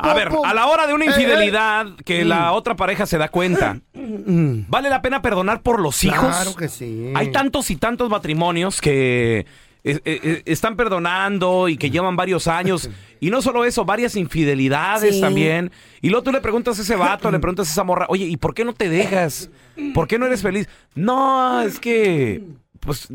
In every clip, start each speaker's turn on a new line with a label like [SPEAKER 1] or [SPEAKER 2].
[SPEAKER 1] A ver, a la hora de
[SPEAKER 2] Eh,
[SPEAKER 1] una infidelidad que
[SPEAKER 2] mm.
[SPEAKER 1] la otra pareja se da cuenta, ¿vale la pena perdonar por los hijos?
[SPEAKER 2] Claro que sí.
[SPEAKER 1] Hay tantos y tantos matrimonios que eh, eh, están perdonando y que llevan varios años. Y no solo eso, varias infidelidades
[SPEAKER 3] Sí.
[SPEAKER 1] también. Y luego tú le preguntas a ese vato, le preguntas a esa morra, oye, ¿y por qué no te dejas? ¿Por qué no eres feliz? No, es que, pues,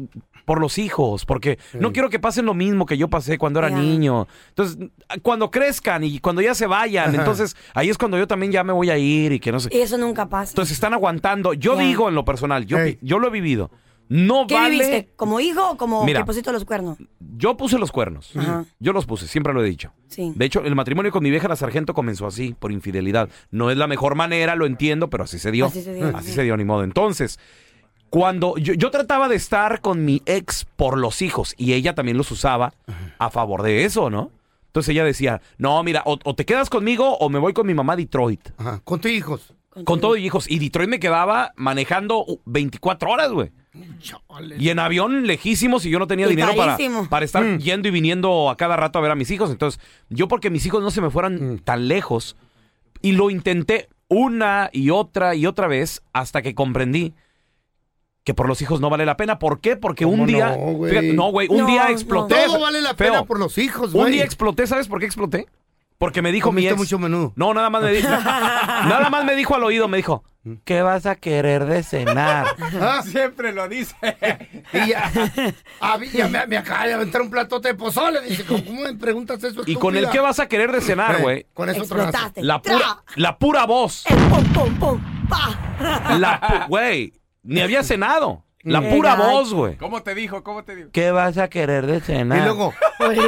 [SPEAKER 1] por los hijos, porque no quiero que pasen lo mismo que yo pasé cuando era
[SPEAKER 3] Ya.
[SPEAKER 1] niño. Entonces, cuando crezcan y cuando ya se vayan, entonces ahí es cuando yo también ya me voy a ir y que no sé.
[SPEAKER 3] Y eso nunca pasa.
[SPEAKER 1] Entonces están aguantando. Yo
[SPEAKER 3] Eh, Ya.
[SPEAKER 1] digo en lo personal, yo,
[SPEAKER 2] Ey.
[SPEAKER 1] yo lo he vivido. No
[SPEAKER 3] ¿Qué
[SPEAKER 1] vale.
[SPEAKER 3] viviste? ¿Como hijo o como
[SPEAKER 1] Mira.
[SPEAKER 3] que pusiste los cuernos?
[SPEAKER 1] Yo puse los cuernos.
[SPEAKER 3] Ajá.
[SPEAKER 1] Yo los puse, siempre lo he dicho.
[SPEAKER 3] Sí.
[SPEAKER 1] De hecho, el matrimonio con mi vieja la sargento comenzó así, por infidelidad. No es la mejor manera, lo entiendo, pero así se dio.
[SPEAKER 3] Así se dio.
[SPEAKER 1] Así se dio, ni modo. Entonces, cuando yo, yo trataba de estar con mi ex por los hijos y ella también los usaba a favor de eso, ¿no? Entonces ella decía, no, mira, o, o te quedas conmigo o me voy con mi mamá a Detroit.
[SPEAKER 2] Ajá, Con tus hijos.
[SPEAKER 1] Con todo y hijos. Y Detroit me quedaba manejando uh, 24 horas, güey. Y en avión lejísimos y yo no tenía
[SPEAKER 3] Y
[SPEAKER 1] dinero para,
[SPEAKER 3] carísimo.
[SPEAKER 1] para estar
[SPEAKER 2] Mm.
[SPEAKER 1] yendo y viniendo a cada rato a ver a mis hijos. Entonces, yo porque mis hijos no se me
[SPEAKER 2] Mm.
[SPEAKER 1] fueran tan lejos y lo intenté una y otra y otra vez hasta que comprendí que por los hijos no vale la pena. ¿Por qué? Porque un
[SPEAKER 2] ¿Cómo
[SPEAKER 1] día...
[SPEAKER 2] no, güey?
[SPEAKER 1] fíjate, no, güey, un
[SPEAKER 3] No,
[SPEAKER 1] día
[SPEAKER 3] no.
[SPEAKER 1] exploté.
[SPEAKER 2] Todo vale la
[SPEAKER 1] feo.
[SPEAKER 2] pena por los hijos,
[SPEAKER 1] Un
[SPEAKER 2] güey.
[SPEAKER 1] día exploté, ¿sabes por qué exploté? Porque me dijo mi
[SPEAKER 2] Comiste
[SPEAKER 1] ex.
[SPEAKER 2] mucho menú.
[SPEAKER 1] No, nada más me dijo. nada más me dijo al oído, me dijo,
[SPEAKER 2] Mm.
[SPEAKER 1] ¿qué vas a querer de cenar?
[SPEAKER 2] Ah,
[SPEAKER 4] Siempre lo dice.
[SPEAKER 2] y ya, a mí ya me, me acaba de aventar un platote de pozole. Dice, ¿cómo cómo me preguntas eso?
[SPEAKER 1] y con el qué
[SPEAKER 2] estúpida?
[SPEAKER 1] vas a querer de cenar,
[SPEAKER 2] Eh,
[SPEAKER 1] güey.
[SPEAKER 2] Con eso tronaste.
[SPEAKER 3] Explotaste.
[SPEAKER 1] La pura,
[SPEAKER 3] Tra.
[SPEAKER 1] la pura voz.
[SPEAKER 3] El pum, pum, pum, pa.
[SPEAKER 1] La pu- güey. Ni había cenado. La pura
[SPEAKER 3] Ay.
[SPEAKER 1] voz, güey.
[SPEAKER 4] ¿Cómo te dijo? ¿Cómo te dijo?
[SPEAKER 1] ¿Qué vas a querer de cenar?
[SPEAKER 2] Y luego,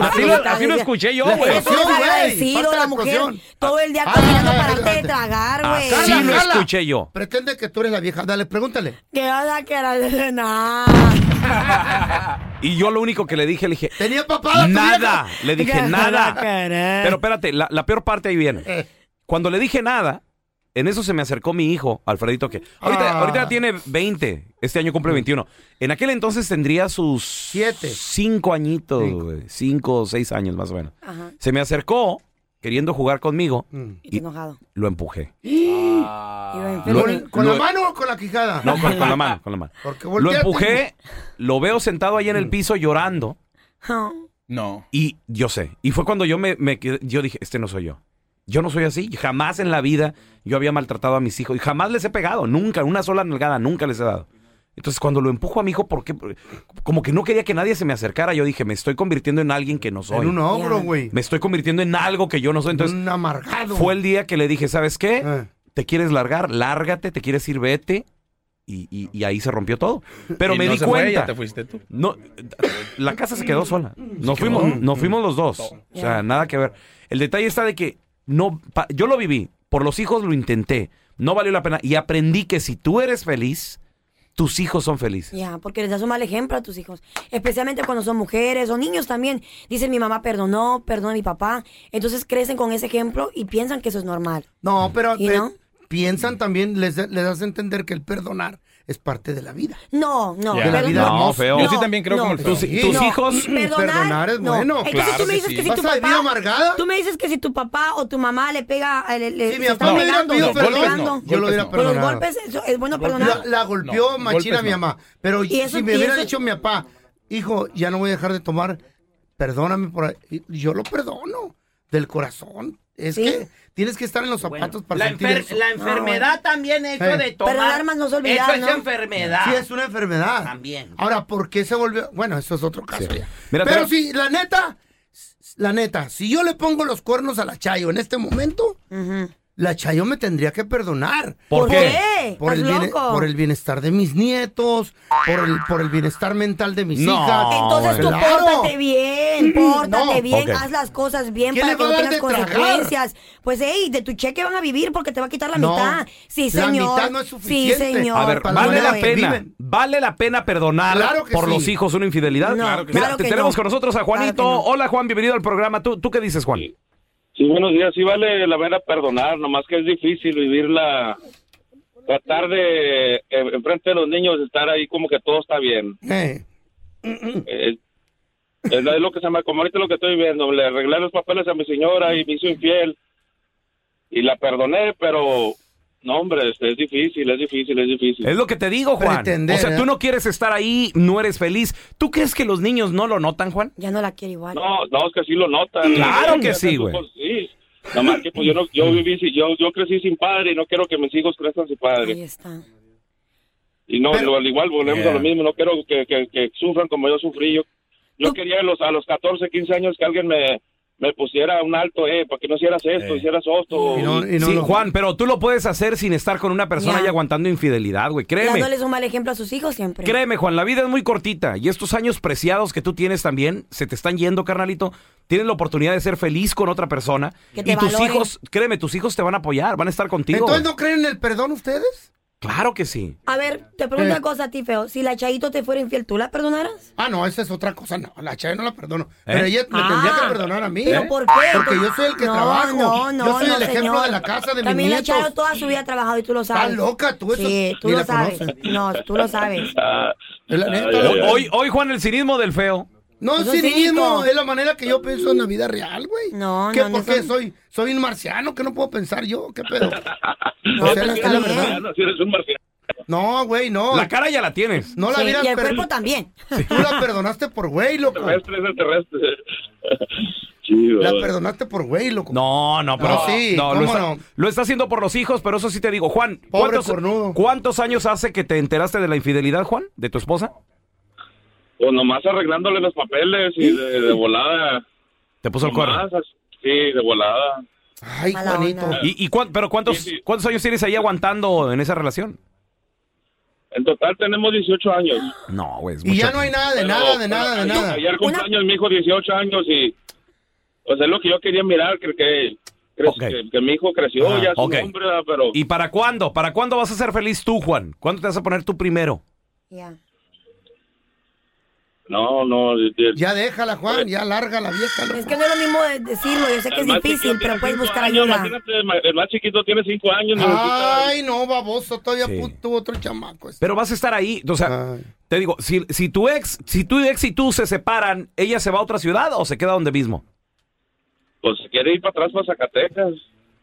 [SPEAKER 1] Así lo, así lo escuché yo,
[SPEAKER 2] La
[SPEAKER 1] güey.
[SPEAKER 3] Eso
[SPEAKER 2] explosión,
[SPEAKER 3] es
[SPEAKER 2] güey.
[SPEAKER 3] agradecido,
[SPEAKER 2] Falta
[SPEAKER 3] la
[SPEAKER 2] de
[SPEAKER 3] mujer.
[SPEAKER 2] explosión.
[SPEAKER 3] Todo el día
[SPEAKER 2] Ah,
[SPEAKER 3] cocinando
[SPEAKER 2] ah,
[SPEAKER 3] para darte de
[SPEAKER 2] espérate.
[SPEAKER 3] tragar, güey.
[SPEAKER 1] Así
[SPEAKER 2] Carla,
[SPEAKER 1] lo
[SPEAKER 2] Carla.
[SPEAKER 1] escuché yo.
[SPEAKER 2] pretende que tú eres la vieja. Dale, pregúntale.
[SPEAKER 3] ¿Qué vas a querer de cenar?
[SPEAKER 1] Y yo lo único que le dije, le dije,
[SPEAKER 2] ¿Tenía papada tu
[SPEAKER 1] nada.
[SPEAKER 2] vieja?
[SPEAKER 1] Le dije,
[SPEAKER 3] ¿Qué
[SPEAKER 1] nada.
[SPEAKER 3] vas a querer?
[SPEAKER 1] Pero espérate, la, la peor parte ahí viene.
[SPEAKER 2] Eh,
[SPEAKER 1] Cuando le dije nada, en eso se me acercó mi hijo, Alfredito, que ahorita,
[SPEAKER 2] Ah.
[SPEAKER 1] ahorita tiene 20, este año cumple 21. En aquel entonces tendría sus
[SPEAKER 2] Siete.
[SPEAKER 1] cinco añitos,
[SPEAKER 2] Cinco.
[SPEAKER 1] güey, cinco o seis años más o menos.
[SPEAKER 3] Ajá.
[SPEAKER 1] Se me acercó queriendo jugar conmigo,
[SPEAKER 2] mm.
[SPEAKER 3] Y tú enojado.
[SPEAKER 1] lo empujé.
[SPEAKER 3] Iba enfermo.
[SPEAKER 2] ¿Con, con
[SPEAKER 1] Ah, Lo-
[SPEAKER 2] la mano o con la quijada?
[SPEAKER 1] No, con, con la mano, con la mano.
[SPEAKER 2] ¿Por qué
[SPEAKER 1] Lo
[SPEAKER 2] volteaste?
[SPEAKER 1] empujé, lo veo sentado ahí en el piso llorando
[SPEAKER 3] Oh,
[SPEAKER 4] No.
[SPEAKER 1] y yo sé. Y fue cuando yo me, me quedé- yo dije, este no soy yo. Yo no soy así. Jamás en la vida yo había maltratado a mis hijos. Y jamás les he pegado. Nunca. Una sola nalgada. Nunca les he dado. Entonces, cuando lo empujo a mi hijo, porque como que no quería que nadie se me acercara, yo dije, me estoy convirtiendo en alguien que no soy.
[SPEAKER 2] En un ogro,
[SPEAKER 3] Ya.
[SPEAKER 2] güey.
[SPEAKER 1] Me estoy convirtiendo en algo que yo no soy. Entonces,
[SPEAKER 2] Un amargado.
[SPEAKER 1] fue el día que le dije, ¿sabes qué?
[SPEAKER 2] Eh.
[SPEAKER 1] ¿Te quieres largar? Lárgate. ¿Te quieres ir? Vete. Y, y- y ahí se rompió todo. Pero
[SPEAKER 4] Y
[SPEAKER 1] me
[SPEAKER 4] no
[SPEAKER 1] di
[SPEAKER 4] se fue,
[SPEAKER 1] cuenta.
[SPEAKER 4] ya te fuiste tú.
[SPEAKER 1] No, la casa se quedó sola. Nos fuimos,
[SPEAKER 4] Mm.
[SPEAKER 1] nos fuimos los dos. O sea, nada que ver. El detalle está de que no, pa- yo lo viví. Por los hijos lo intenté. No valió la pena. Y aprendí que si tú eres feliz, tus hijos son felices.
[SPEAKER 3] Ya, porque les das un mal ejemplo a tus hijos. Especialmente cuando son mujeres o niños también. Dicen, mi mamá perdonó, perdona mi papá. Entonces crecen con ese ejemplo y piensan que eso es normal.
[SPEAKER 2] No, pero
[SPEAKER 3] ¿Y
[SPEAKER 2] pe-
[SPEAKER 3] no?
[SPEAKER 2] piensan también, les, les das a entender que el perdonar es parte de la vida.
[SPEAKER 3] No, no.
[SPEAKER 4] Ya. De la
[SPEAKER 3] perdón-
[SPEAKER 2] vida
[SPEAKER 3] no,
[SPEAKER 1] hermosa. Yo
[SPEAKER 4] sí también creo como el
[SPEAKER 1] Tus,
[SPEAKER 2] Sí,
[SPEAKER 1] tus
[SPEAKER 2] no.
[SPEAKER 1] hijos,
[SPEAKER 3] Perdonar,
[SPEAKER 2] Perdonar es
[SPEAKER 3] no.
[SPEAKER 2] bueno.
[SPEAKER 3] Entonces
[SPEAKER 4] Claro
[SPEAKER 3] tú me
[SPEAKER 4] que
[SPEAKER 3] dices
[SPEAKER 4] sí.
[SPEAKER 3] que si tu
[SPEAKER 2] ¿Vas a
[SPEAKER 3] papá...
[SPEAKER 2] vivir amargada?
[SPEAKER 3] Tú me dices que si tu papá o tu mamá le pega... eh, Le, le-
[SPEAKER 2] Si
[SPEAKER 3] se
[SPEAKER 2] mi
[SPEAKER 3] están
[SPEAKER 2] papá me hubiera
[SPEAKER 3] pegando,
[SPEAKER 2] pedido
[SPEAKER 3] se
[SPEAKER 4] golpes
[SPEAKER 3] están
[SPEAKER 2] perdón,
[SPEAKER 4] no,
[SPEAKER 3] pegando.
[SPEAKER 2] yo lo hubiera
[SPEAKER 4] no.
[SPEAKER 3] Por los
[SPEAKER 2] perdonado.
[SPEAKER 3] golpes eso es bueno
[SPEAKER 2] La,
[SPEAKER 3] perdonar.
[SPEAKER 2] la golpeó
[SPEAKER 4] No,
[SPEAKER 2] machina
[SPEAKER 4] golpes
[SPEAKER 2] mi
[SPEAKER 4] no.
[SPEAKER 2] mamá. Pero
[SPEAKER 3] Y eso
[SPEAKER 2] si me hubiera
[SPEAKER 3] piensa-
[SPEAKER 2] dicho mi papá, hijo, ya no voy a dejar de tomar, perdóname por ahí", y Yo lo perdono del corazón. Es
[SPEAKER 3] Sí.
[SPEAKER 2] que tienes que estar en los zapatos para
[SPEAKER 5] La,
[SPEAKER 2] sentir
[SPEAKER 5] enfer-
[SPEAKER 2] eso.
[SPEAKER 5] la enfermedad también hecho
[SPEAKER 2] Eh.
[SPEAKER 5] de tomar.
[SPEAKER 3] Pero el arma no se olvida,
[SPEAKER 5] Eso es
[SPEAKER 3] ¿no?
[SPEAKER 5] enfermedad.
[SPEAKER 2] Sí, es una enfermedad.
[SPEAKER 5] También.
[SPEAKER 2] Ahora, ¿por qué se volvió? Bueno, eso es otro caso
[SPEAKER 1] Sí.
[SPEAKER 2] ya.
[SPEAKER 1] Mira,
[SPEAKER 2] Pero
[SPEAKER 1] te-
[SPEAKER 2] si, la neta, la neta, si yo le pongo los cuernos a la Chayo en este momento,
[SPEAKER 3] Ujú.
[SPEAKER 2] la Chayo me tendría que perdonar.
[SPEAKER 1] ¿Por qué?
[SPEAKER 2] Por el,
[SPEAKER 3] ¿Estás
[SPEAKER 2] bien-
[SPEAKER 3] loco?
[SPEAKER 2] por el bienestar de mis nietos, por el, por el bienestar mental de mis
[SPEAKER 1] No,
[SPEAKER 2] hijas.
[SPEAKER 3] Entonces tú
[SPEAKER 2] Claro. Mm,
[SPEAKER 3] pórtate bien, pórtate
[SPEAKER 2] No.
[SPEAKER 3] bien,
[SPEAKER 1] Ok.
[SPEAKER 3] haz las cosas bien
[SPEAKER 2] ¿Quién
[SPEAKER 3] para
[SPEAKER 2] le
[SPEAKER 3] que
[SPEAKER 2] va
[SPEAKER 3] no
[SPEAKER 2] a dar
[SPEAKER 3] tengas
[SPEAKER 2] de tragar?
[SPEAKER 3] consecuencias. Pues, hey, de tu cheque van a vivir porque te va a quitar la
[SPEAKER 2] No.
[SPEAKER 3] mitad. Sí,
[SPEAKER 2] La
[SPEAKER 3] señor.
[SPEAKER 2] mitad no es suficiente.
[SPEAKER 3] Sí, señor.
[SPEAKER 1] A ver,
[SPEAKER 2] para
[SPEAKER 1] vale
[SPEAKER 2] la
[SPEAKER 1] la
[SPEAKER 2] que
[SPEAKER 1] pena,
[SPEAKER 2] viven.
[SPEAKER 1] vale la pena perdonar
[SPEAKER 2] Claro que
[SPEAKER 1] por
[SPEAKER 2] sí.
[SPEAKER 1] los hijos una infidelidad.
[SPEAKER 3] No, Claro que sí.
[SPEAKER 1] Mira, te-
[SPEAKER 3] claro que
[SPEAKER 1] tenemos
[SPEAKER 3] no.
[SPEAKER 1] con nosotros a
[SPEAKER 3] Claro que
[SPEAKER 1] Juanito.
[SPEAKER 3] no.
[SPEAKER 1] Hola Juan, bienvenido al programa. ¿Tú, tú qué dices, Juan?
[SPEAKER 6] Sí, buenos días. Sí vale la pena perdonar, nomás que es difícil vivirla, tratar de, eh, enfrente de los niños, estar ahí como que todo está bien.
[SPEAKER 2] Eh,
[SPEAKER 6] Eh, es, es lo que se me, como ahorita lo que estoy viendo, le arreglé los papeles a mi señora y me hizo infiel y la perdoné, pero no, hombre, este, es, es difícil, es difícil, es difícil.
[SPEAKER 1] Es lo que te digo, Juan.
[SPEAKER 2] Pretender,
[SPEAKER 1] o sea, tú
[SPEAKER 2] ¿eh?
[SPEAKER 1] no quieres estar ahí, no eres feliz. ¿Tú crees que los niños no lo notan, Juan?
[SPEAKER 3] Ya no la quiero igual.
[SPEAKER 6] No, no, es que sí lo notan.
[SPEAKER 1] Claro
[SPEAKER 6] Y-
[SPEAKER 1] que sí, güey.
[SPEAKER 6] pues, sí. Nomás que pues yo, no, yo viví, sin- yo, yo crecí sin padre y no quiero que mis hijos crezcan sin padre.
[SPEAKER 3] Ahí está.
[SPEAKER 6] Y no,
[SPEAKER 2] Pero-
[SPEAKER 6] al igual volvemos
[SPEAKER 1] Yeah.
[SPEAKER 6] a lo mismo, no quiero que, que- que sufran como yo sufrí. Yo, yo
[SPEAKER 3] Tú-
[SPEAKER 6] quería a los, a los 14, 15 años que alguien me, me pusiera un alto, eh, para que no hicieras esto, hicieras otro.
[SPEAKER 2] y no- y no
[SPEAKER 1] sí,
[SPEAKER 2] lo-
[SPEAKER 1] Juan, pero tú lo puedes hacer sin estar con una persona
[SPEAKER 3] Ya.
[SPEAKER 1] y aguantando infidelidad, güey. Créeme.
[SPEAKER 3] Dándoles un mal ejemplo a sus hijos siempre.
[SPEAKER 1] Créeme, Juan, la vida es muy cortita y estos años preciados que tú tienes también se te están yendo, carnalito. Tienes la oportunidad de ser feliz con otra persona
[SPEAKER 3] Que te
[SPEAKER 1] y tus
[SPEAKER 3] valoren.
[SPEAKER 1] hijos, créeme, tus hijos te van a apoyar, van a estar contigo.
[SPEAKER 2] Entonces, ¿no creen en el perdón ustedes?
[SPEAKER 1] Claro que sí.
[SPEAKER 3] A ver, te pregunto
[SPEAKER 2] Eh.
[SPEAKER 3] una cosa a ti, feo. Si la Chaito te fuera infiel, ¿tú la perdonaras?
[SPEAKER 2] Ah, no, esa es otra cosa. No, la Chayo no la perdono.
[SPEAKER 1] ¿Eh?
[SPEAKER 2] Pero ella me
[SPEAKER 3] Ah.
[SPEAKER 2] tendría que perdonar a mí.
[SPEAKER 3] ¿Pero
[SPEAKER 2] ¿eh?
[SPEAKER 3] por qué?
[SPEAKER 2] Porque yo soy el que
[SPEAKER 3] No,
[SPEAKER 2] trabajo.
[SPEAKER 3] No, no,
[SPEAKER 2] yo soy
[SPEAKER 3] no,
[SPEAKER 2] el ejemplo
[SPEAKER 3] señor.
[SPEAKER 2] de la casa de
[SPEAKER 3] También la
[SPEAKER 2] mis nietos.
[SPEAKER 3] Chayo toda su vida ha trabajado y tú lo
[SPEAKER 2] Está
[SPEAKER 3] sabes.
[SPEAKER 2] loca, tú, eso
[SPEAKER 3] Sí, tú
[SPEAKER 2] ni
[SPEAKER 3] lo
[SPEAKER 2] la
[SPEAKER 3] sabes.
[SPEAKER 2] conoces.
[SPEAKER 3] No, tú lo sabes.
[SPEAKER 6] Ah,
[SPEAKER 2] Es la
[SPEAKER 6] ah,
[SPEAKER 2] neta,
[SPEAKER 6] ya,
[SPEAKER 2] la-
[SPEAKER 6] ya.
[SPEAKER 1] Hoy, hoy Juan, el cinismo del feo.
[SPEAKER 2] No es
[SPEAKER 3] Eso es
[SPEAKER 2] cinismo,
[SPEAKER 3] cínico.
[SPEAKER 2] es la manera que yo pienso en la vida real, güey.
[SPEAKER 3] No,
[SPEAKER 2] ¿Qué,
[SPEAKER 3] no,
[SPEAKER 2] ¿Por
[SPEAKER 3] no
[SPEAKER 2] qué
[SPEAKER 3] son-
[SPEAKER 2] soy, soy un marciano? ¿Qué no puedo pensar yo? ¿Qué pedo?
[SPEAKER 3] No,
[SPEAKER 2] O sea,
[SPEAKER 3] pero
[SPEAKER 2] es
[SPEAKER 3] está
[SPEAKER 2] la
[SPEAKER 3] bien.
[SPEAKER 2] verdad.
[SPEAKER 6] Ah, no, si eres un marciano.
[SPEAKER 2] No, güey, no.
[SPEAKER 1] La cara ya la tienes.
[SPEAKER 2] No la
[SPEAKER 3] Sí,
[SPEAKER 2] hubieras
[SPEAKER 3] y el
[SPEAKER 2] per-
[SPEAKER 3] cuerpo también.
[SPEAKER 2] Tú la perdonaste por güey, loco.
[SPEAKER 6] terrestre, es el terrestre. sí,
[SPEAKER 2] Ah. La
[SPEAKER 6] güey.
[SPEAKER 2] perdonaste por güey, loco.
[SPEAKER 1] No, no, pero
[SPEAKER 2] No, sí,
[SPEAKER 1] lo,
[SPEAKER 2] ¿cómo
[SPEAKER 1] está,
[SPEAKER 2] no?
[SPEAKER 1] lo está haciendo por los hijos, pero eso sí te digo, Juan,
[SPEAKER 2] Pobre
[SPEAKER 1] ¿cuántos,
[SPEAKER 2] cornudo.
[SPEAKER 1] ¿cuántos años hace que te enteraste de la infidelidad, Juan, de tu esposa?
[SPEAKER 6] O nomás arreglándole los papeles y de, de volada.
[SPEAKER 1] Te puso el cuerno.
[SPEAKER 6] Nomás, sí, de volada.
[SPEAKER 2] Ay,
[SPEAKER 3] Mala
[SPEAKER 2] Juanito.
[SPEAKER 3] onda.
[SPEAKER 1] ¿Y, y cuán- pero cuántos,
[SPEAKER 6] Sí, sí.
[SPEAKER 1] cuántos años tienes ahí aguantando en esa relación?
[SPEAKER 6] En total tenemos 18 años.
[SPEAKER 1] No, güey. es
[SPEAKER 2] Y ya
[SPEAKER 1] mucho
[SPEAKER 2] no hay nada de
[SPEAKER 6] Pero,
[SPEAKER 2] nada, de
[SPEAKER 6] bueno,
[SPEAKER 2] nada, de
[SPEAKER 6] ayer-
[SPEAKER 2] nada.
[SPEAKER 6] Ayer cumpleaños mi hijo 18 años y o sea, es lo que yo quería mirar, que, que, cre-
[SPEAKER 1] Ok.
[SPEAKER 6] que, que mi hijo creció,
[SPEAKER 2] Ah,
[SPEAKER 6] ya es un
[SPEAKER 1] ok.
[SPEAKER 6] hombre, ¿verdad? pero
[SPEAKER 1] ¿Y para cuándo? ¿Para cuándo vas a ser feliz tú, Juan? ¿Cuándo te vas a poner tú primero?
[SPEAKER 3] Ya.
[SPEAKER 6] no, no, de- de-
[SPEAKER 2] Ya déjala, Juan, ya larga la vieja,
[SPEAKER 3] Es
[SPEAKER 2] loco.
[SPEAKER 3] que no es lo mismo de- decirlo. Yo sé que
[SPEAKER 6] el
[SPEAKER 3] es
[SPEAKER 6] más
[SPEAKER 3] difícil,
[SPEAKER 6] chiquito
[SPEAKER 3] pero
[SPEAKER 6] tiene
[SPEAKER 3] puedes
[SPEAKER 6] cinco
[SPEAKER 3] buscar
[SPEAKER 6] años,
[SPEAKER 3] ayuda.
[SPEAKER 6] imagínate, ma- el más chiquito tiene 5 años, necesita-
[SPEAKER 2] Ay, no, baboso, todavía
[SPEAKER 1] Sí.
[SPEAKER 2] pu- tuvo otro chamaco. este.
[SPEAKER 1] Pero vas a estar ahí. O sea,
[SPEAKER 2] Ay.
[SPEAKER 1] te digo, si, si tu ex, si tu ex y tú se separan, ¿ella se va a otra ciudad o se queda donde mismo?
[SPEAKER 6] pues quiere ir para atrás para Zacatecas.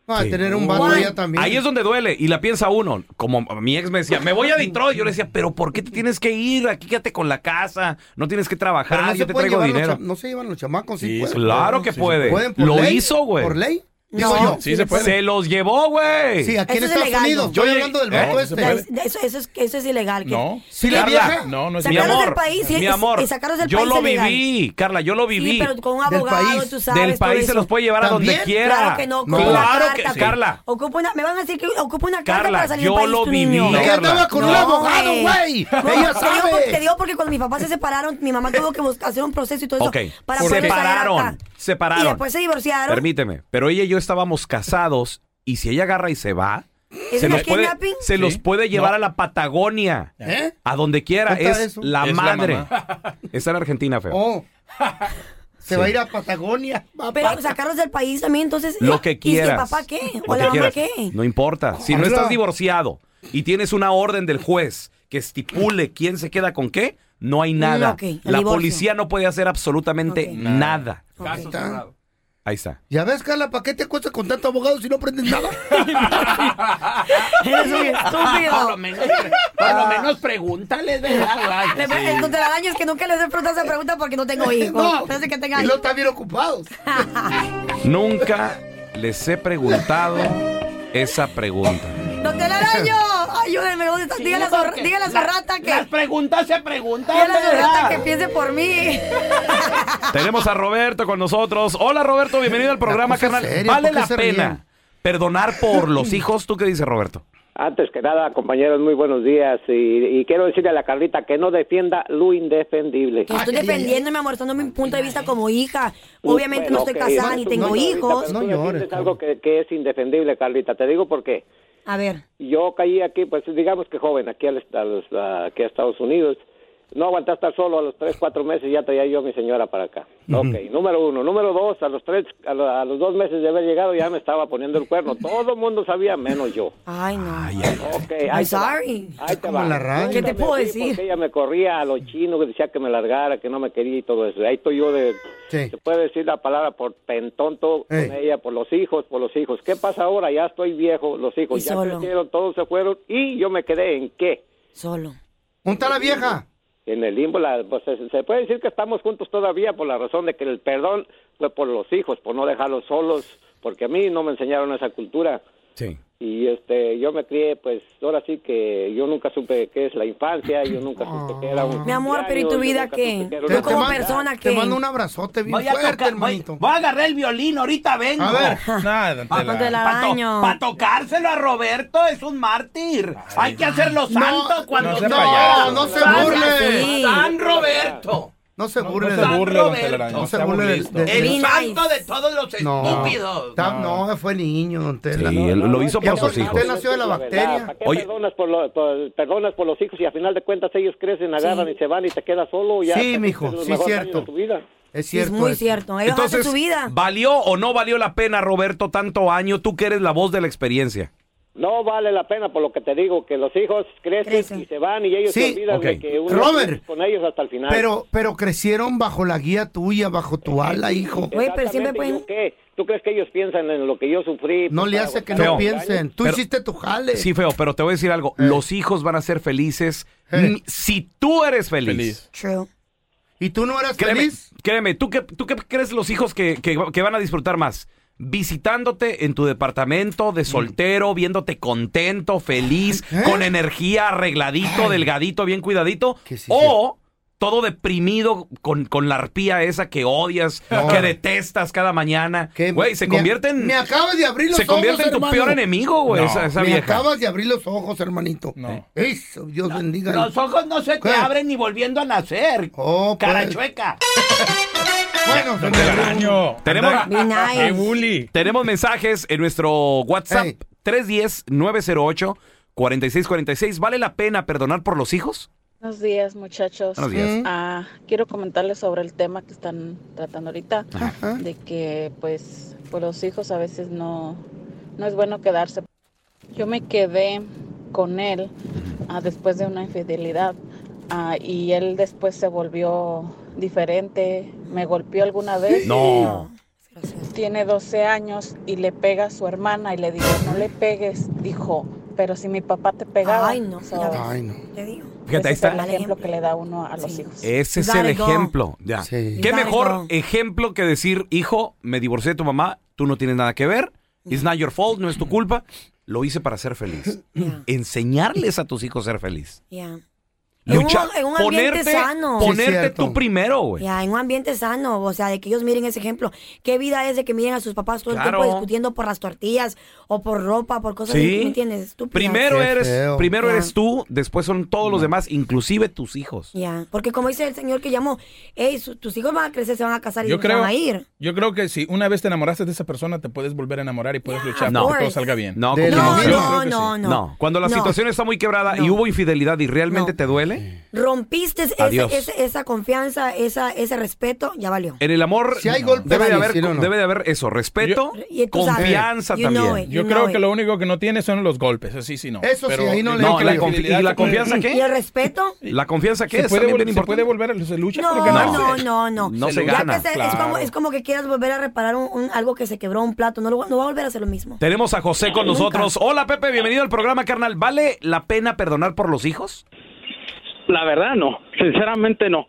[SPEAKER 2] No, a
[SPEAKER 1] Sí.
[SPEAKER 2] tener un vato
[SPEAKER 3] Juan,
[SPEAKER 2] allá también.
[SPEAKER 1] Ahí es donde duele y la piensa uno. Como mi ex me decía, me voy a Detroit. Yo le decía, pero ¿por qué te tienes que ir? Aquí quédate con la casa, no tienes que trabajar,
[SPEAKER 2] Pero no
[SPEAKER 1] yo
[SPEAKER 2] se
[SPEAKER 1] te
[SPEAKER 2] pueden
[SPEAKER 1] traigo
[SPEAKER 2] llevar los
[SPEAKER 1] dinero.
[SPEAKER 2] cha- No se llevan los chamacos, sí,
[SPEAKER 7] Sí,
[SPEAKER 2] pueden.
[SPEAKER 1] Claro que puede.
[SPEAKER 2] Pueden por
[SPEAKER 1] Lo
[SPEAKER 2] ley,
[SPEAKER 1] hizo, güey.
[SPEAKER 2] ¿Por ley?
[SPEAKER 3] No.
[SPEAKER 2] Digo yo.
[SPEAKER 7] Sí, se puede.
[SPEAKER 1] Se los llevó, güey.
[SPEAKER 2] Sí, aquí
[SPEAKER 3] Eso
[SPEAKER 2] en
[SPEAKER 3] es
[SPEAKER 2] Estados
[SPEAKER 3] ilegal,
[SPEAKER 2] Unidos.
[SPEAKER 3] ¿no?
[SPEAKER 2] Yo
[SPEAKER 7] Oye,
[SPEAKER 2] hablando del
[SPEAKER 7] ¿eh?
[SPEAKER 2] vato
[SPEAKER 7] No se
[SPEAKER 2] este.
[SPEAKER 7] puede.
[SPEAKER 3] Ya, Eso, eso, es, eso es ilegal. que-
[SPEAKER 7] No.
[SPEAKER 2] Sí, la
[SPEAKER 1] Carla,
[SPEAKER 2] vieja.
[SPEAKER 7] No, no es
[SPEAKER 1] mi
[SPEAKER 3] Sacarlos
[SPEAKER 7] ilegal.
[SPEAKER 3] del
[SPEAKER 1] amor,
[SPEAKER 3] país y-
[SPEAKER 1] mi
[SPEAKER 3] y-
[SPEAKER 1] amor,
[SPEAKER 3] y sacarlos del
[SPEAKER 1] yo
[SPEAKER 3] país
[SPEAKER 1] lo
[SPEAKER 3] es legal.
[SPEAKER 1] viví, Carla, yo lo viví.
[SPEAKER 3] Sí, pero con un
[SPEAKER 2] Del
[SPEAKER 3] abogado,
[SPEAKER 2] país.
[SPEAKER 3] tú sabes.
[SPEAKER 1] del país
[SPEAKER 3] todo
[SPEAKER 1] se los
[SPEAKER 3] eso.
[SPEAKER 1] puede llevar a donde
[SPEAKER 2] También,
[SPEAKER 1] quiera.
[SPEAKER 3] Claro que no. con
[SPEAKER 2] No.
[SPEAKER 3] una
[SPEAKER 1] Claro
[SPEAKER 3] carta.
[SPEAKER 1] que sí. Carla.
[SPEAKER 3] Ocupa una, me van a decir que ocupa una carta
[SPEAKER 1] Carla,
[SPEAKER 3] para salir
[SPEAKER 1] yo
[SPEAKER 3] del país
[SPEAKER 1] lo
[SPEAKER 3] tu
[SPEAKER 1] viví.
[SPEAKER 3] niño.
[SPEAKER 1] No,
[SPEAKER 2] Ella
[SPEAKER 1] Carla.
[SPEAKER 2] andaba con un
[SPEAKER 3] No, eh.
[SPEAKER 2] abogado, güey.
[SPEAKER 3] No,
[SPEAKER 2] Ella
[SPEAKER 3] te, digo porque, te
[SPEAKER 2] sabe.
[SPEAKER 3] digo porque cuando mis papás se separaron, mi mamá tuvo que buscar, hacer un proceso y todo eso.
[SPEAKER 1] Ok,
[SPEAKER 3] Para poder
[SPEAKER 1] separaron, separaron.
[SPEAKER 3] Y después se divorciaron.
[SPEAKER 1] Permíteme, pero ella y yo estábamos casados y si ella agarra y se va,
[SPEAKER 3] ¿Es
[SPEAKER 1] se,
[SPEAKER 3] una
[SPEAKER 1] los puede,
[SPEAKER 3] kidnapping?
[SPEAKER 1] se los puede llevar a la Patagonia,
[SPEAKER 2] ¿Eh?
[SPEAKER 1] a donde quiera,
[SPEAKER 2] ¿Cuánta
[SPEAKER 1] es
[SPEAKER 2] de eso?
[SPEAKER 1] la
[SPEAKER 7] Es la
[SPEAKER 1] madre.
[SPEAKER 7] mamá.
[SPEAKER 1] Está en Argentina, feo.
[SPEAKER 2] Oh. Se va a
[SPEAKER 1] Sí.
[SPEAKER 2] ir a Patagonia. Va
[SPEAKER 3] Pero
[SPEAKER 2] pa-
[SPEAKER 3] sacarlos del país también, entonces.
[SPEAKER 1] Lo que quieras.
[SPEAKER 3] ¿Y el papá qué?
[SPEAKER 1] Lo
[SPEAKER 3] ¿O la
[SPEAKER 1] que
[SPEAKER 3] mamá
[SPEAKER 1] quieras.
[SPEAKER 3] qué?
[SPEAKER 1] No importa. Si no
[SPEAKER 2] Carla.
[SPEAKER 1] estás divorciado y tienes una orden del juez que estipule quién se queda con qué, no hay nada.
[SPEAKER 3] Mm, ok, el
[SPEAKER 1] La
[SPEAKER 3] divorcio.
[SPEAKER 1] policía no puede hacer absolutamente
[SPEAKER 3] Ok.
[SPEAKER 1] nada.
[SPEAKER 4] Caso
[SPEAKER 2] está.
[SPEAKER 4] cerrado.
[SPEAKER 1] Ahí está.
[SPEAKER 2] Ya ves, Carla, ¿para qué te cuesta con tanto abogado si no aprendes nada?
[SPEAKER 3] Eres un
[SPEAKER 5] Por lo
[SPEAKER 3] estúpido. Ah.
[SPEAKER 5] menos, por lo menos pregúntale, ¿verdad?
[SPEAKER 3] Le- El contradaño es que nunca les he preguntado esa pregunta porque no tengo hijos. Entonces que tenga
[SPEAKER 2] y los están bien ocupados.
[SPEAKER 1] Nunca les he preguntado esa pregunta.
[SPEAKER 3] ¡Don Telaraño! Ayúdenme, ¿dónde está? Dígale a su,
[SPEAKER 5] porque
[SPEAKER 3] dígale a su
[SPEAKER 5] la-
[SPEAKER 3] rata que.
[SPEAKER 5] Las preguntas se preguntan,
[SPEAKER 3] Dígale a su rata que
[SPEAKER 5] ¿verdad?
[SPEAKER 3] piense por mí.
[SPEAKER 1] Tenemos a Roberto con nosotros. Hola Roberto, bienvenido al programa,
[SPEAKER 2] cosa
[SPEAKER 1] carnal.
[SPEAKER 2] seria,
[SPEAKER 1] vale
[SPEAKER 2] ¿por qué
[SPEAKER 1] la
[SPEAKER 2] se Mm.
[SPEAKER 1] pena.
[SPEAKER 2] ríen?
[SPEAKER 1] Perdonar por los hijos, ¿tú qué dices, Roberto?
[SPEAKER 7] Antes que nada, compañeros, muy buenos días. Y, y quiero decirle a la Carlita que no defienda lo indefendible.
[SPEAKER 3] Que estoy defendiendo, mi amor, estoy dando mi punto de vista como hija. Obviamente no estoy
[SPEAKER 7] Bueno, ok,
[SPEAKER 3] casada
[SPEAKER 7] bueno,
[SPEAKER 3] ni
[SPEAKER 7] tú
[SPEAKER 3] tengo
[SPEAKER 7] no llores,
[SPEAKER 3] hijos.
[SPEAKER 7] pero tú defiendes algo que, que es indefendible, Carlita. Te digo por qué.
[SPEAKER 3] A ver,
[SPEAKER 7] Yo caí aquí, pues digamos que joven, aquí, al- a los- a- aquí a Estados Unidos. No aguanté a estar solo a los tres, cuatro meses ya traía yo a mi señora para acá. Ok, número uno. Número dos, a los tres, a, lo- a los dos meses de haber llegado ya me estaba poniendo el cuerno. Todo el mundo sabía, menos yo.
[SPEAKER 3] ay no.
[SPEAKER 7] Ok, ahí te
[SPEAKER 3] I'm
[SPEAKER 7] va.
[SPEAKER 3] sorry.
[SPEAKER 7] Ahí te
[SPEAKER 2] Como
[SPEAKER 7] va.
[SPEAKER 2] la radio.
[SPEAKER 3] ¿Qué te puedo
[SPEAKER 7] Sí,
[SPEAKER 3] decir?
[SPEAKER 7] Porque ella me corría a los chinos, que decía que me largara, que no me quería y todo eso. Ahí estoy yo de...
[SPEAKER 2] Sí.
[SPEAKER 7] Se puede decir la palabra por pentonto
[SPEAKER 2] Ey.
[SPEAKER 7] con ella, por los hijos, por los hijos. ¿Qué pasa ahora? Ya estoy viejo, los hijos
[SPEAKER 3] Y
[SPEAKER 7] ya
[SPEAKER 3] solo.
[SPEAKER 7] crecieron, todos se fueron y yo me quedé en qué?
[SPEAKER 3] Solo.
[SPEAKER 2] ¿Dónde está la vieja?
[SPEAKER 7] En el limbo, la- pues, se, se puede decir que estamos juntos todavía por la razón de que el perdón fue por los hijos, por no dejarlos solos, porque a mí no me enseñaron esa cultura.
[SPEAKER 1] Sí.
[SPEAKER 7] Y este, yo me crié, pues ahora sí que yo nunca supe qué es la infancia, yo nunca supe qué era un.
[SPEAKER 3] Mi amor, pero ¿y tu
[SPEAKER 7] cumpleaños, yo
[SPEAKER 3] vida
[SPEAKER 7] nunca
[SPEAKER 3] qué?
[SPEAKER 7] supe era
[SPEAKER 3] Tú
[SPEAKER 7] una
[SPEAKER 3] Yo como
[SPEAKER 2] mando-
[SPEAKER 7] Navidad.
[SPEAKER 3] persona
[SPEAKER 2] Te
[SPEAKER 3] que-
[SPEAKER 2] mando un abrazote bien
[SPEAKER 5] Voy a
[SPEAKER 2] fuerte,
[SPEAKER 5] tocar, voy,
[SPEAKER 2] hermanito.
[SPEAKER 5] voy a agarrar el violín, ahorita vengo.
[SPEAKER 2] A ver.
[SPEAKER 8] Nada, don
[SPEAKER 3] No
[SPEAKER 8] Tela.
[SPEAKER 3] te la daño.
[SPEAKER 5] Para tocárselo a Roberto es un mártir. Hay que hacerlo santo cuando
[SPEAKER 8] no sea
[SPEAKER 2] no,
[SPEAKER 8] payaso.
[SPEAKER 2] no se
[SPEAKER 5] San-
[SPEAKER 2] burle.
[SPEAKER 3] Sí.
[SPEAKER 5] San Roberto.
[SPEAKER 2] No se
[SPEAKER 8] No
[SPEAKER 2] burle.
[SPEAKER 8] se
[SPEAKER 2] de-
[SPEAKER 8] burle, don Tela.
[SPEAKER 5] No
[SPEAKER 8] No
[SPEAKER 2] se
[SPEAKER 8] sea
[SPEAKER 2] burle del-
[SPEAKER 8] burlista.
[SPEAKER 2] del-
[SPEAKER 5] El
[SPEAKER 3] Be nice.
[SPEAKER 5] santo de todos los
[SPEAKER 2] No,
[SPEAKER 5] estúpidos.
[SPEAKER 2] Ta- no, fue niño, don Tela.
[SPEAKER 1] Sí, él lo hizo
[SPEAKER 2] Ya
[SPEAKER 1] por sus
[SPEAKER 2] porque
[SPEAKER 1] hijos.
[SPEAKER 2] usted nació de la bacteria.
[SPEAKER 7] ¿Para qué
[SPEAKER 1] Oye.
[SPEAKER 7] perdonas por, lo- por- perdonas por los hijos y a final de cuentas ellos crecen, agarran y se van y te quedas solo? Ya
[SPEAKER 2] Sí,
[SPEAKER 7] perdiste
[SPEAKER 2] mijo,
[SPEAKER 7] los
[SPEAKER 2] sí,
[SPEAKER 7] mejores
[SPEAKER 2] cierto.
[SPEAKER 7] años de tu vida.
[SPEAKER 2] Es
[SPEAKER 3] Sí, es
[SPEAKER 2] cierto.
[SPEAKER 3] muy
[SPEAKER 2] eso.
[SPEAKER 3] cierto. Ellos hacen su vida.
[SPEAKER 1] ¿valió o no valió la pena, Roberto, tanto año? Tú que eres la voz de la experiencia.
[SPEAKER 7] No vale la pena por lo que te digo, que los hijos crecen,
[SPEAKER 3] Crecen.
[SPEAKER 7] y se van y ellos
[SPEAKER 2] Sí,
[SPEAKER 7] se olvidan
[SPEAKER 1] ok.
[SPEAKER 7] de que uno
[SPEAKER 2] Robert.
[SPEAKER 7] estuvo con ellos hasta el final.
[SPEAKER 2] Pero, pero crecieron bajo la guía tuya, bajo tu ala, hijo.
[SPEAKER 3] Güey, pero siempre
[SPEAKER 7] Exactamente,
[SPEAKER 3] pueden-
[SPEAKER 7] ¿yo qué? ¿Tú crees que ellos piensan en lo que yo sufrí? Pues,
[SPEAKER 2] No le
[SPEAKER 7] para
[SPEAKER 2] hace que
[SPEAKER 7] aguantar
[SPEAKER 2] no
[SPEAKER 1] Feo.
[SPEAKER 7] tantos
[SPEAKER 2] piensen.
[SPEAKER 7] años?
[SPEAKER 2] Tú
[SPEAKER 1] Pero-
[SPEAKER 2] hiciste tu jale.
[SPEAKER 1] Sí, feo, pero te voy a decir algo. Los hijos van a ser felices
[SPEAKER 2] Eh.
[SPEAKER 1] mm, si tú eres feliz.
[SPEAKER 8] Feliz.
[SPEAKER 3] True.
[SPEAKER 2] ¿Y tú no eras
[SPEAKER 1] Créeme,
[SPEAKER 2] feliz?
[SPEAKER 1] créeme, ¿tú qué, ¿tú qué crees los hijos que, que- que van a disfrutar más? Visitándote en tu departamento de soltero, viéndote contento, feliz,
[SPEAKER 2] Mm. ¿Eh?
[SPEAKER 1] con energía, arregladito, delgadito, bien cuidadito.
[SPEAKER 2] Que sí,
[SPEAKER 1] o todo deprimido con, con la arpía esa que odias,
[SPEAKER 2] No.
[SPEAKER 1] que detestas cada mañana.
[SPEAKER 2] Que
[SPEAKER 1] Güey, se
[SPEAKER 2] me-
[SPEAKER 1] convierte en,
[SPEAKER 2] Me acabas de abrir los
[SPEAKER 1] se
[SPEAKER 2] ojos.
[SPEAKER 1] convierte en tu
[SPEAKER 2] hermano.
[SPEAKER 1] peor enemigo, güey,
[SPEAKER 8] No.
[SPEAKER 1] esa, esa
[SPEAKER 2] Me
[SPEAKER 1] vieja.
[SPEAKER 2] acabas de abrir los ojos, hermanito.
[SPEAKER 8] No.
[SPEAKER 2] Eso, Dios bendiga.
[SPEAKER 5] Los ojos no se te
[SPEAKER 2] ¿Qué?
[SPEAKER 5] abren ni volviendo a nacer.
[SPEAKER 2] Oh, Eh. pues.
[SPEAKER 5] Carachueca.
[SPEAKER 2] Bueno,
[SPEAKER 8] Don Tela, daño.
[SPEAKER 1] Tenemos-
[SPEAKER 8] Anda-
[SPEAKER 3] Be nice.
[SPEAKER 8] ¡Qué bully!
[SPEAKER 1] Tenemos mensajes en nuestro WhatsApp
[SPEAKER 2] Ey.
[SPEAKER 1] 310-908-4646. ¿Vale la pena perdonar por los hijos?
[SPEAKER 9] Buenos días, muchachos.
[SPEAKER 1] Buenos días.
[SPEAKER 2] Mm.
[SPEAKER 9] Ah, quiero comentarles sobre el tema que están tratando ahorita,
[SPEAKER 2] Ajá.
[SPEAKER 9] de que pues por los hijos a veces no, no es bueno quedarse. Yo me quedé con él ah, después de una infidelidad ah, y él después se volvió diferente, me golpeó alguna vez.
[SPEAKER 1] No.
[SPEAKER 9] Tiene 12 años y le pega a su hermana y le digo, no le pegues, dijo, pero si mi papá te pegaba.
[SPEAKER 3] Ay, no,
[SPEAKER 9] So,
[SPEAKER 3] la verdad.
[SPEAKER 2] Ay, no.
[SPEAKER 3] Te digo.
[SPEAKER 1] Fíjate, ahí
[SPEAKER 9] ese es
[SPEAKER 1] está. Eh,
[SPEAKER 9] el ejemplo que le da uno a los
[SPEAKER 3] Sí.
[SPEAKER 9] hijos.
[SPEAKER 1] Ese es
[SPEAKER 3] Gotta
[SPEAKER 1] el
[SPEAKER 3] go.
[SPEAKER 1] ejemplo. Ya.
[SPEAKER 2] Sí.
[SPEAKER 1] ¿Qué
[SPEAKER 3] Gotta
[SPEAKER 1] mejor
[SPEAKER 3] go.
[SPEAKER 1] ejemplo que decir, hijo, me divorcié de tu mamá, tú no tienes nada que ver, it's not your fault, no es tu culpa, lo hice para ser feliz.
[SPEAKER 3] Ya,
[SPEAKER 1] Enseñarles a tus hijos a ser feliz.
[SPEAKER 3] ya. En un-
[SPEAKER 1] Luchar,
[SPEAKER 3] en un ambiente
[SPEAKER 1] ponerte,
[SPEAKER 3] sano. Sí,
[SPEAKER 1] ponerte
[SPEAKER 2] cierto.
[SPEAKER 1] tú primero, güey.
[SPEAKER 3] Ya, en un ambiente sano, o sea, de que ellos miren ese ejemplo. ¿Qué vida es de que miren a sus papás todo
[SPEAKER 1] Claro.
[SPEAKER 3] el tiempo discutiendo por las tortillas o por ropa, por cosas
[SPEAKER 1] Sí.
[SPEAKER 3] ¿me entiendes? Estúpidas.
[SPEAKER 1] Primero
[SPEAKER 2] Qué
[SPEAKER 1] eres,
[SPEAKER 2] feo.
[SPEAKER 1] primero
[SPEAKER 3] Ya.
[SPEAKER 1] eres tú, después son todos los demás, inclusive tus hijos.
[SPEAKER 3] Ya, porque como dice el señor que llamó, hey, su- tus hijos van a crecer, se van a casar y
[SPEAKER 8] Yo
[SPEAKER 3] se van
[SPEAKER 8] creo,
[SPEAKER 3] a ir.
[SPEAKER 8] yo creo que si una vez te enamoraste de esa persona, te puedes volver a enamorar y puedes luchar
[SPEAKER 1] No.
[SPEAKER 8] para que todo salga bien.
[SPEAKER 1] No,
[SPEAKER 2] De
[SPEAKER 1] como
[SPEAKER 2] la
[SPEAKER 1] no,
[SPEAKER 3] No,
[SPEAKER 2] Yo
[SPEAKER 8] creo
[SPEAKER 3] no,
[SPEAKER 8] que
[SPEAKER 3] no,
[SPEAKER 1] no.
[SPEAKER 3] no.
[SPEAKER 1] cuando la
[SPEAKER 3] No.
[SPEAKER 1] situación está muy quebrada y
[SPEAKER 3] No.
[SPEAKER 1] hubo infidelidad y realmente
[SPEAKER 3] No.
[SPEAKER 1] te duele,
[SPEAKER 3] Rompiste ese-
[SPEAKER 1] Adiós.
[SPEAKER 3] ese- esa confianza, esa, ese respeto, ya valió.
[SPEAKER 1] en el amor
[SPEAKER 2] Si hay golpe,
[SPEAKER 1] debe, de
[SPEAKER 2] vale,
[SPEAKER 1] haber,
[SPEAKER 2] sí, no, no.
[SPEAKER 1] debe de haber eso, respeto,
[SPEAKER 3] Y tú sabes.
[SPEAKER 1] confianza
[SPEAKER 3] You know
[SPEAKER 1] también.
[SPEAKER 3] it.
[SPEAKER 8] Yo
[SPEAKER 3] No,
[SPEAKER 8] creo que
[SPEAKER 3] eh.
[SPEAKER 8] lo único que no tiene son los golpes, así sí no.
[SPEAKER 2] Eso sí, ahí no
[SPEAKER 8] yo
[SPEAKER 2] le-
[SPEAKER 8] creo
[SPEAKER 1] No,
[SPEAKER 8] que
[SPEAKER 1] la
[SPEAKER 8] la
[SPEAKER 1] confi-
[SPEAKER 8] infidelidad
[SPEAKER 1] ¿Y la
[SPEAKER 8] se puede-
[SPEAKER 1] confianza
[SPEAKER 3] ¿Y el
[SPEAKER 1] qué?
[SPEAKER 3] respeto?
[SPEAKER 1] ¿La confianza qué
[SPEAKER 8] Se
[SPEAKER 1] es?
[SPEAKER 8] puede,
[SPEAKER 1] También bien
[SPEAKER 8] vol- se puede
[SPEAKER 1] importante.
[SPEAKER 8] volver, se lucha por
[SPEAKER 3] No,
[SPEAKER 8] ganarse.
[SPEAKER 3] no, no, no.
[SPEAKER 1] No
[SPEAKER 8] se
[SPEAKER 3] Ya
[SPEAKER 1] gana.
[SPEAKER 3] que se- es,
[SPEAKER 8] Claro.
[SPEAKER 3] como, es como que quieras volver a reparar un, un- algo que se quebró un plato. No, lo, va- no va a volver a hacer lo mismo.
[SPEAKER 1] Tenemos a José con nosotros. Hola Pepe, bienvenido al programa, carnal. ¿Vale la pena perdonar por los hijos?
[SPEAKER 10] La verdad no, sinceramente no.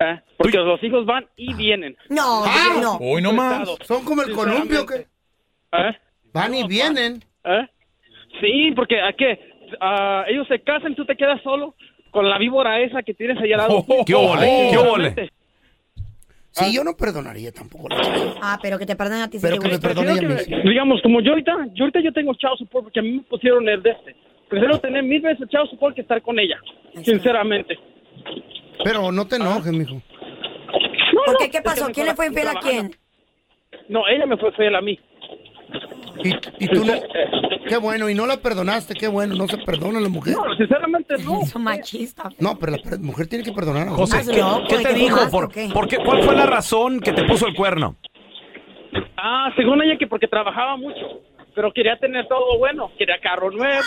[SPEAKER 10] ¿Eh? Porque
[SPEAKER 1] Tú-
[SPEAKER 10] los hijos van y vienen.
[SPEAKER 3] No,
[SPEAKER 1] Ah,
[SPEAKER 3] no.
[SPEAKER 1] oh.
[SPEAKER 8] Hoy no más.
[SPEAKER 2] Son como el columpio que
[SPEAKER 10] ¿Eh?
[SPEAKER 2] van y vienen.
[SPEAKER 10] ¿Eh? Sí, porque ¿a qué? Ah, ellos se casan, tú te
[SPEAKER 11] Oh.
[SPEAKER 10] quedas solo con la víbora esa que tienes allá al lado.
[SPEAKER 1] Oh, ¿Qué ole? ¿Qué ole?
[SPEAKER 10] Sinceramente,
[SPEAKER 2] Sí, yo no perdonaría tampoco. la chava.
[SPEAKER 3] Ah, pero que te perdonen a ti. sí
[SPEAKER 2] Pero
[SPEAKER 3] te
[SPEAKER 2] que me
[SPEAKER 3] gusta.
[SPEAKER 2] perdone ella misma.
[SPEAKER 10] Digamos, como yo ahorita, yo ahorita yo tengo chao support porque a mí me pusieron el de este. Prefiero tener mil veces chao support que estar con ella, sinceramente.
[SPEAKER 2] Pero no te enojes, mijo.
[SPEAKER 3] ¿Por qué? ¿Qué
[SPEAKER 10] es que
[SPEAKER 3] pasó?
[SPEAKER 10] me
[SPEAKER 3] ¿Quién le fue
[SPEAKER 10] estaba
[SPEAKER 3] infiel a quién?
[SPEAKER 10] No, ella me fue fiel a mí.
[SPEAKER 2] Y tú no. Qué bueno, y no la perdonaste, qué bueno. No se perdona la mujer.
[SPEAKER 10] No, sinceramente no.
[SPEAKER 3] Es un machista.
[SPEAKER 2] No, pero la per- mujer tiene que perdonar. a
[SPEAKER 1] José,
[SPEAKER 2] José.
[SPEAKER 1] ¿qué, qué te dijo? ¿Por, por qué, ¿Cuál fue la razón que te puso el cuerno?
[SPEAKER 10] Ah, según ella que porque trabajaba mucho, pero quería tener todo bueno, quería carro nuevo,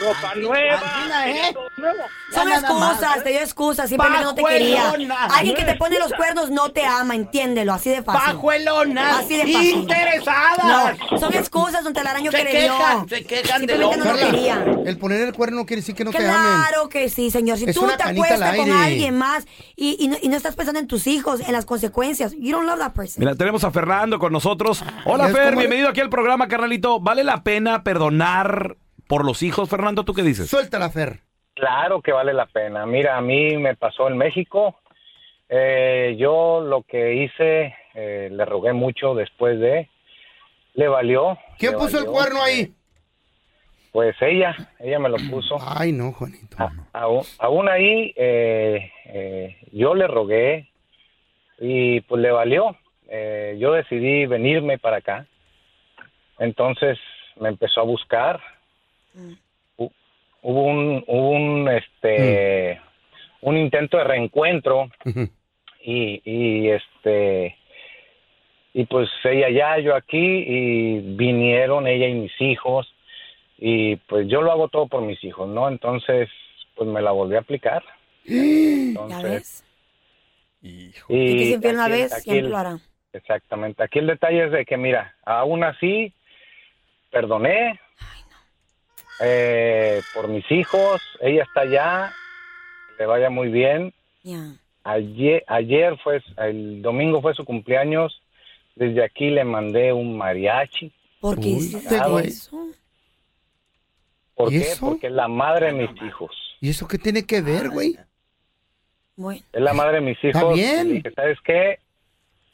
[SPEAKER 10] ropa nueva. quería todo nuevo.
[SPEAKER 3] Son excusas, te dio excusas, simplemente no te quería.
[SPEAKER 5] Pajuelona.
[SPEAKER 3] Alguien que te pone los cuernos no te ama, entiéndelo, así de fácil.
[SPEAKER 5] Pajuelonas,
[SPEAKER 3] Así de fácil.
[SPEAKER 5] interesadas.
[SPEAKER 3] No, son excusas, don Telaraño,
[SPEAKER 5] Se
[SPEAKER 3] que le dio.
[SPEAKER 5] quejan, se quejan del
[SPEAKER 3] Simplemente no lo
[SPEAKER 5] hombre.
[SPEAKER 3] quería.
[SPEAKER 2] El poner el cuerno no quiere decir que no te amen.
[SPEAKER 3] Claro que sí, señor. Si
[SPEAKER 2] Es
[SPEAKER 3] tú
[SPEAKER 2] una
[SPEAKER 3] te
[SPEAKER 2] canita
[SPEAKER 3] acuestas
[SPEAKER 2] al
[SPEAKER 3] con
[SPEAKER 2] aire.
[SPEAKER 3] alguien más y, y no, y no estás pensando en tus hijos, en las consecuencias, you don't love that person.
[SPEAKER 1] Mira, tenemos a Fernando con nosotros. Hola,
[SPEAKER 3] ¿ves
[SPEAKER 1] Fer,
[SPEAKER 3] cómo es?
[SPEAKER 1] bienvenido aquí al programa, carnalito. ¿Vale la pena perdonar por los hijos, Fernando? ¿Tú qué dices?
[SPEAKER 2] Suéltala, Fer.
[SPEAKER 11] Claro que vale la pena. Mira, a mí me pasó en México. Eh, yo lo que hice, eh, le rogué mucho después de... Le valió.
[SPEAKER 2] ¿Quién
[SPEAKER 11] le
[SPEAKER 2] puso el
[SPEAKER 11] valió.
[SPEAKER 2] cuerno ahí?
[SPEAKER 11] Pues ella, ella me lo puso.
[SPEAKER 2] Ay, no, Juanito.
[SPEAKER 11] Ah, Aún, aún ahí, eh, eh, yo le rogué y pues le valió. Eh, yo decidí venirme para acá. Entonces me empezó a buscar. Hu- Hubo un, hubo un, este, un intento de reencuentro y, y este y pues ella allá, yo aquí y vinieron ella y mis hijos y pues yo lo hago todo por mis hijos, ¿no? Entonces, pues me la volví a aplicar.
[SPEAKER 3] ¿Ya
[SPEAKER 11] Entonces,
[SPEAKER 3] ves? El que se infiel una
[SPEAKER 11] aquí-
[SPEAKER 3] vez,
[SPEAKER 11] aquí
[SPEAKER 3] siempre
[SPEAKER 11] el-
[SPEAKER 3] lo hará.
[SPEAKER 11] Exactamente. Aquí el detalle es de que, mira, aún así, perdoné eh, por mis hijos, ella está allá, le vaya muy bien.
[SPEAKER 3] Ya.
[SPEAKER 11] Ayer, ayer fue, el domingo fue su cumpleaños, desde aquí le mandé un mariachi.
[SPEAKER 3] ¿Por qué hiciste
[SPEAKER 11] güey.
[SPEAKER 3] eso?
[SPEAKER 11] ¿Por
[SPEAKER 2] ¿Y
[SPEAKER 11] qué?
[SPEAKER 2] eso?
[SPEAKER 11] Porque es la madre de mis hijos.
[SPEAKER 2] ¿Y eso qué tiene que ver, güey?
[SPEAKER 3] Bueno.
[SPEAKER 11] Es la madre de mis hijos.
[SPEAKER 2] bien.
[SPEAKER 11] Y dije, ¿Sabes qué?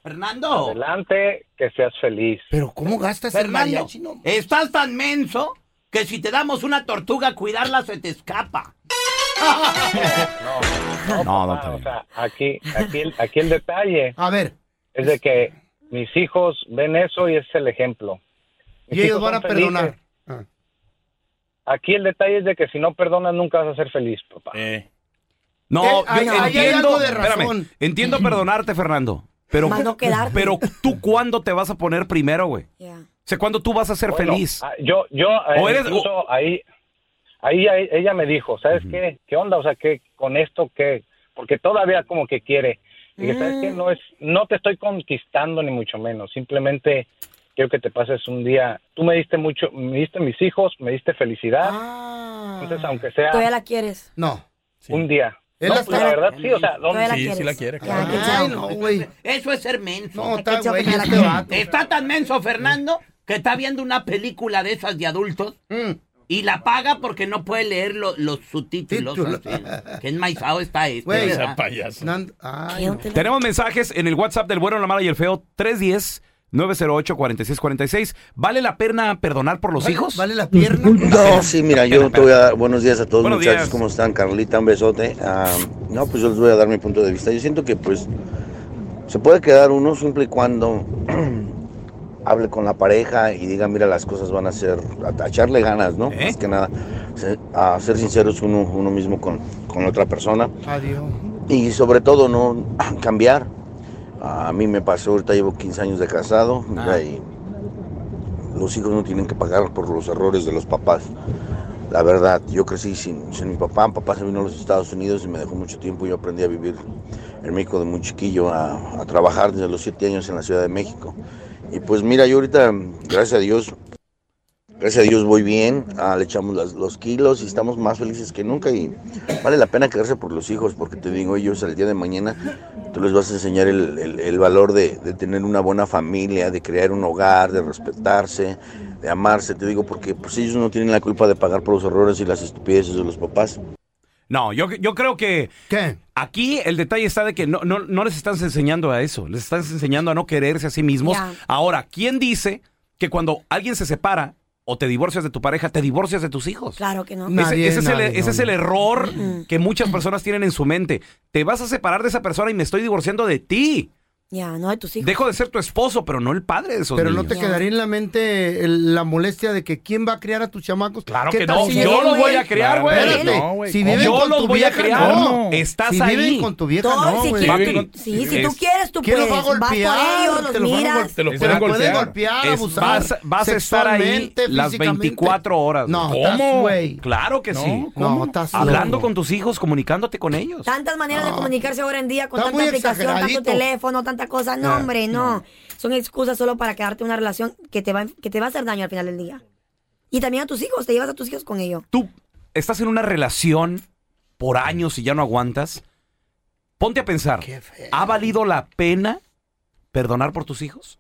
[SPEAKER 5] Fernando.
[SPEAKER 11] Adelante, que seas feliz.
[SPEAKER 2] Pero ¿cómo gastas el
[SPEAKER 5] Fernando,
[SPEAKER 2] mariachi? No,
[SPEAKER 5] estás tan menso que si te damos una tortuga a cuidarla se te escapa.
[SPEAKER 1] No,
[SPEAKER 11] no, Ah, o sea, aquí, aquí, el, aquí el detalle.
[SPEAKER 2] A ver.
[SPEAKER 11] Es de que mis hijos ven eso y ese es el ejemplo. Mis
[SPEAKER 2] Y ellos
[SPEAKER 11] hijos
[SPEAKER 2] van a
[SPEAKER 11] son felices.
[SPEAKER 2] perdonar. Ah,
[SPEAKER 11] Aquí el detalle es de que si no perdonas nunca vas a ser feliz, papá.
[SPEAKER 1] No,
[SPEAKER 11] Eh,
[SPEAKER 1] yo
[SPEAKER 11] ahí- ahí hay
[SPEAKER 1] entiendo,
[SPEAKER 11] algo de razón.
[SPEAKER 1] espérame, entiendo perdonarte, Fernando, pero,
[SPEAKER 11] Más no quedarte.
[SPEAKER 1] pero tú cuándo te vas a poner primero, güey.
[SPEAKER 3] O
[SPEAKER 1] sea, ¿cuándo tú vas a ser
[SPEAKER 11] Bueno,
[SPEAKER 1] feliz?
[SPEAKER 11] ah, Yo, yo, eh,
[SPEAKER 1] O eres-
[SPEAKER 11] incluso ahí, ahí, ahí ella me dijo, ¿sabes qué? ¿Qué onda? O sea, que con esto que, porque todavía como que quiere. Y dije, ¿sabes
[SPEAKER 1] Mm.
[SPEAKER 11] qué? No es, no te estoy conquistando ni mucho menos. Simplemente quiero que te pases un día. Tú me diste mucho, me diste mis hijos, me diste felicidad.
[SPEAKER 1] Ah.
[SPEAKER 11] Entonces, aunque sea
[SPEAKER 3] Todavía la quieres.
[SPEAKER 2] No.
[SPEAKER 11] un día.
[SPEAKER 2] Él
[SPEAKER 11] No,
[SPEAKER 2] la
[SPEAKER 11] pues,
[SPEAKER 2] está-
[SPEAKER 11] la verdad sí, o sea,
[SPEAKER 3] Todavía la
[SPEAKER 11] sí,
[SPEAKER 3] quieres.
[SPEAKER 11] sí la quiere.
[SPEAKER 3] Ya, que
[SPEAKER 5] Ay,
[SPEAKER 3] chao.
[SPEAKER 5] no,
[SPEAKER 2] güey.
[SPEAKER 5] Eso es ser menso.
[SPEAKER 2] No, está, güey, este vato.
[SPEAKER 5] Está tan menso, Fernando, que está viendo una película de esas de adultos y la paga porque no puede leer lo- los subtítulos.
[SPEAKER 1] Título.
[SPEAKER 5] así. Qué enmaizado está este.
[SPEAKER 1] Güey,
[SPEAKER 5] ¿verdad?
[SPEAKER 1] esa payaso.
[SPEAKER 2] Nan- Ay, no.
[SPEAKER 1] Tenemos mensajes en el WhatsApp del bueno, la mala y el feo 310 908 4646. ¿Vale la pena perdonar por los hijos?
[SPEAKER 2] ¿Vale la pierna?
[SPEAKER 12] No, sí, mira, yo te voy a dar buenos días a todos,
[SPEAKER 1] Buenos
[SPEAKER 12] muchachos.
[SPEAKER 1] días.
[SPEAKER 12] ¿Cómo están, Carlita? Un besote. Ah, no, pues yo les voy a dar mi punto de vista. Yo siento que, pues, se puede quedar uno siempre y cuando hable con la pareja y diga, mira, las cosas van a ser, a, a echarle ganas, ¿no?
[SPEAKER 8] ¿Eh?
[SPEAKER 12] Más que nada, se- a ser sinceros uno, uno mismo con, con la otra persona
[SPEAKER 2] Adiós.
[SPEAKER 12] y sobre todo no cambiar. A mí me pasó, ahorita llevo 15 años de casado mira, y los hijos no tienen que pagar por los errores de los papás. La verdad, yo crecí sin, sin mi papá, mi papá se vino a los Estados Unidos y me dejó mucho tiempo, yo aprendí a vivir en México de muy chiquillo, a, a trabajar desde los 7 años en la Ciudad de México. Y pues mira, yo ahorita, gracias a Dios, gracias a Dios voy bien, ah, le echamos las- los kilos y estamos más felices que nunca y vale la pena quedarse por los hijos, porque te digo, ellos el día de mañana tú les vas a enseñar el, el- el valor de, de tener una buena familia, de crear un hogar, de respetarse, de amarse, te digo, porque pues ellos no tienen la culpa de pagar por los errores y las estupideces de los papás.
[SPEAKER 1] No, yo, yo creo que. Aquí el detalle está de que no, no, no les estás enseñando a eso. Les estás enseñando a no quererse a sí mismos.
[SPEAKER 3] Ya.
[SPEAKER 1] Ahora, ¿quién dice que cuando alguien se separa o te divorcias de tu pareja, te divorcias de tus hijos?
[SPEAKER 3] Claro Mm. que no.
[SPEAKER 1] Ese- ese es, el, ese es el error
[SPEAKER 2] Mm.
[SPEAKER 1] que muchas personas tienen en su mente. Te vas a separar de esa persona y me estoy divorciando de ti.
[SPEAKER 3] Ya, no de tus hijos.
[SPEAKER 1] Dejo de ser tu esposo, pero no el padre de esos
[SPEAKER 2] Pero no
[SPEAKER 1] niños.
[SPEAKER 2] te quedaría en la mente el- la molestia de que quién va a criar a tus chamacos. Claro
[SPEAKER 1] que no, yo los voy a criar, güey. No, güey,
[SPEAKER 2] si
[SPEAKER 1] ¿cómo?
[SPEAKER 2] viven
[SPEAKER 1] Yo
[SPEAKER 2] con
[SPEAKER 1] los
[SPEAKER 2] tu
[SPEAKER 1] voy a
[SPEAKER 2] vieja,
[SPEAKER 1] criar.
[SPEAKER 2] no.
[SPEAKER 1] Estás
[SPEAKER 2] si
[SPEAKER 1] ahí.
[SPEAKER 2] viven con tu vieja,
[SPEAKER 3] Todo,
[SPEAKER 2] no,
[SPEAKER 3] si
[SPEAKER 2] güey.
[SPEAKER 3] quieres, tú- sí, si tú quieres, tú
[SPEAKER 2] ¿Quién los va a
[SPEAKER 3] puedes. Vas por
[SPEAKER 2] golpear?
[SPEAKER 3] ellos, los
[SPEAKER 2] Te los van a
[SPEAKER 3] miras.
[SPEAKER 2] gol- te los pueden golpear,
[SPEAKER 1] Es-
[SPEAKER 2] abusar
[SPEAKER 1] Vas, vas a estar ahí
[SPEAKER 2] sexualmente,
[SPEAKER 1] las
[SPEAKER 2] físicamente.
[SPEAKER 1] 24 horas.
[SPEAKER 2] No,
[SPEAKER 1] güey.
[SPEAKER 2] estás güey.
[SPEAKER 1] Claro que
[SPEAKER 2] No,
[SPEAKER 1] sí.
[SPEAKER 2] ¿cómo? No, estás
[SPEAKER 1] Hablando
[SPEAKER 2] loco.
[SPEAKER 1] con tus hijos, comunicándote con ellos.
[SPEAKER 3] Tantas maneras de comunicarse ahora en día con
[SPEAKER 2] Está
[SPEAKER 3] tanta
[SPEAKER 2] muy
[SPEAKER 3] aplicación, tanto
[SPEAKER 2] exageradito.
[SPEAKER 3] teléfono, tanta cosa. No,
[SPEAKER 1] Ah,
[SPEAKER 3] hombre, no. Son excusas solo para quedarte en una relación que te, va, que te va a hacer daño al final del día. Y también a tus hijos, te llevas a tus hijos con ello.
[SPEAKER 1] Tú estás en una relación por años y ya no aguantas. Ponte a pensar. ¿Ha valido la pena perdonar por tus hijos?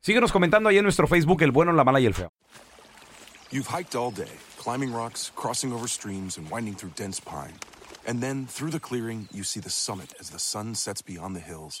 [SPEAKER 1] Síguenos comentando ahí en nuestro Facebook el bueno, la mala y el feo.
[SPEAKER 13] You've hiked all day, climbing rocks, crossing over streams, and winding through dense pine. And then, through the clearing, you see the summit as the sun sets beyond the hills,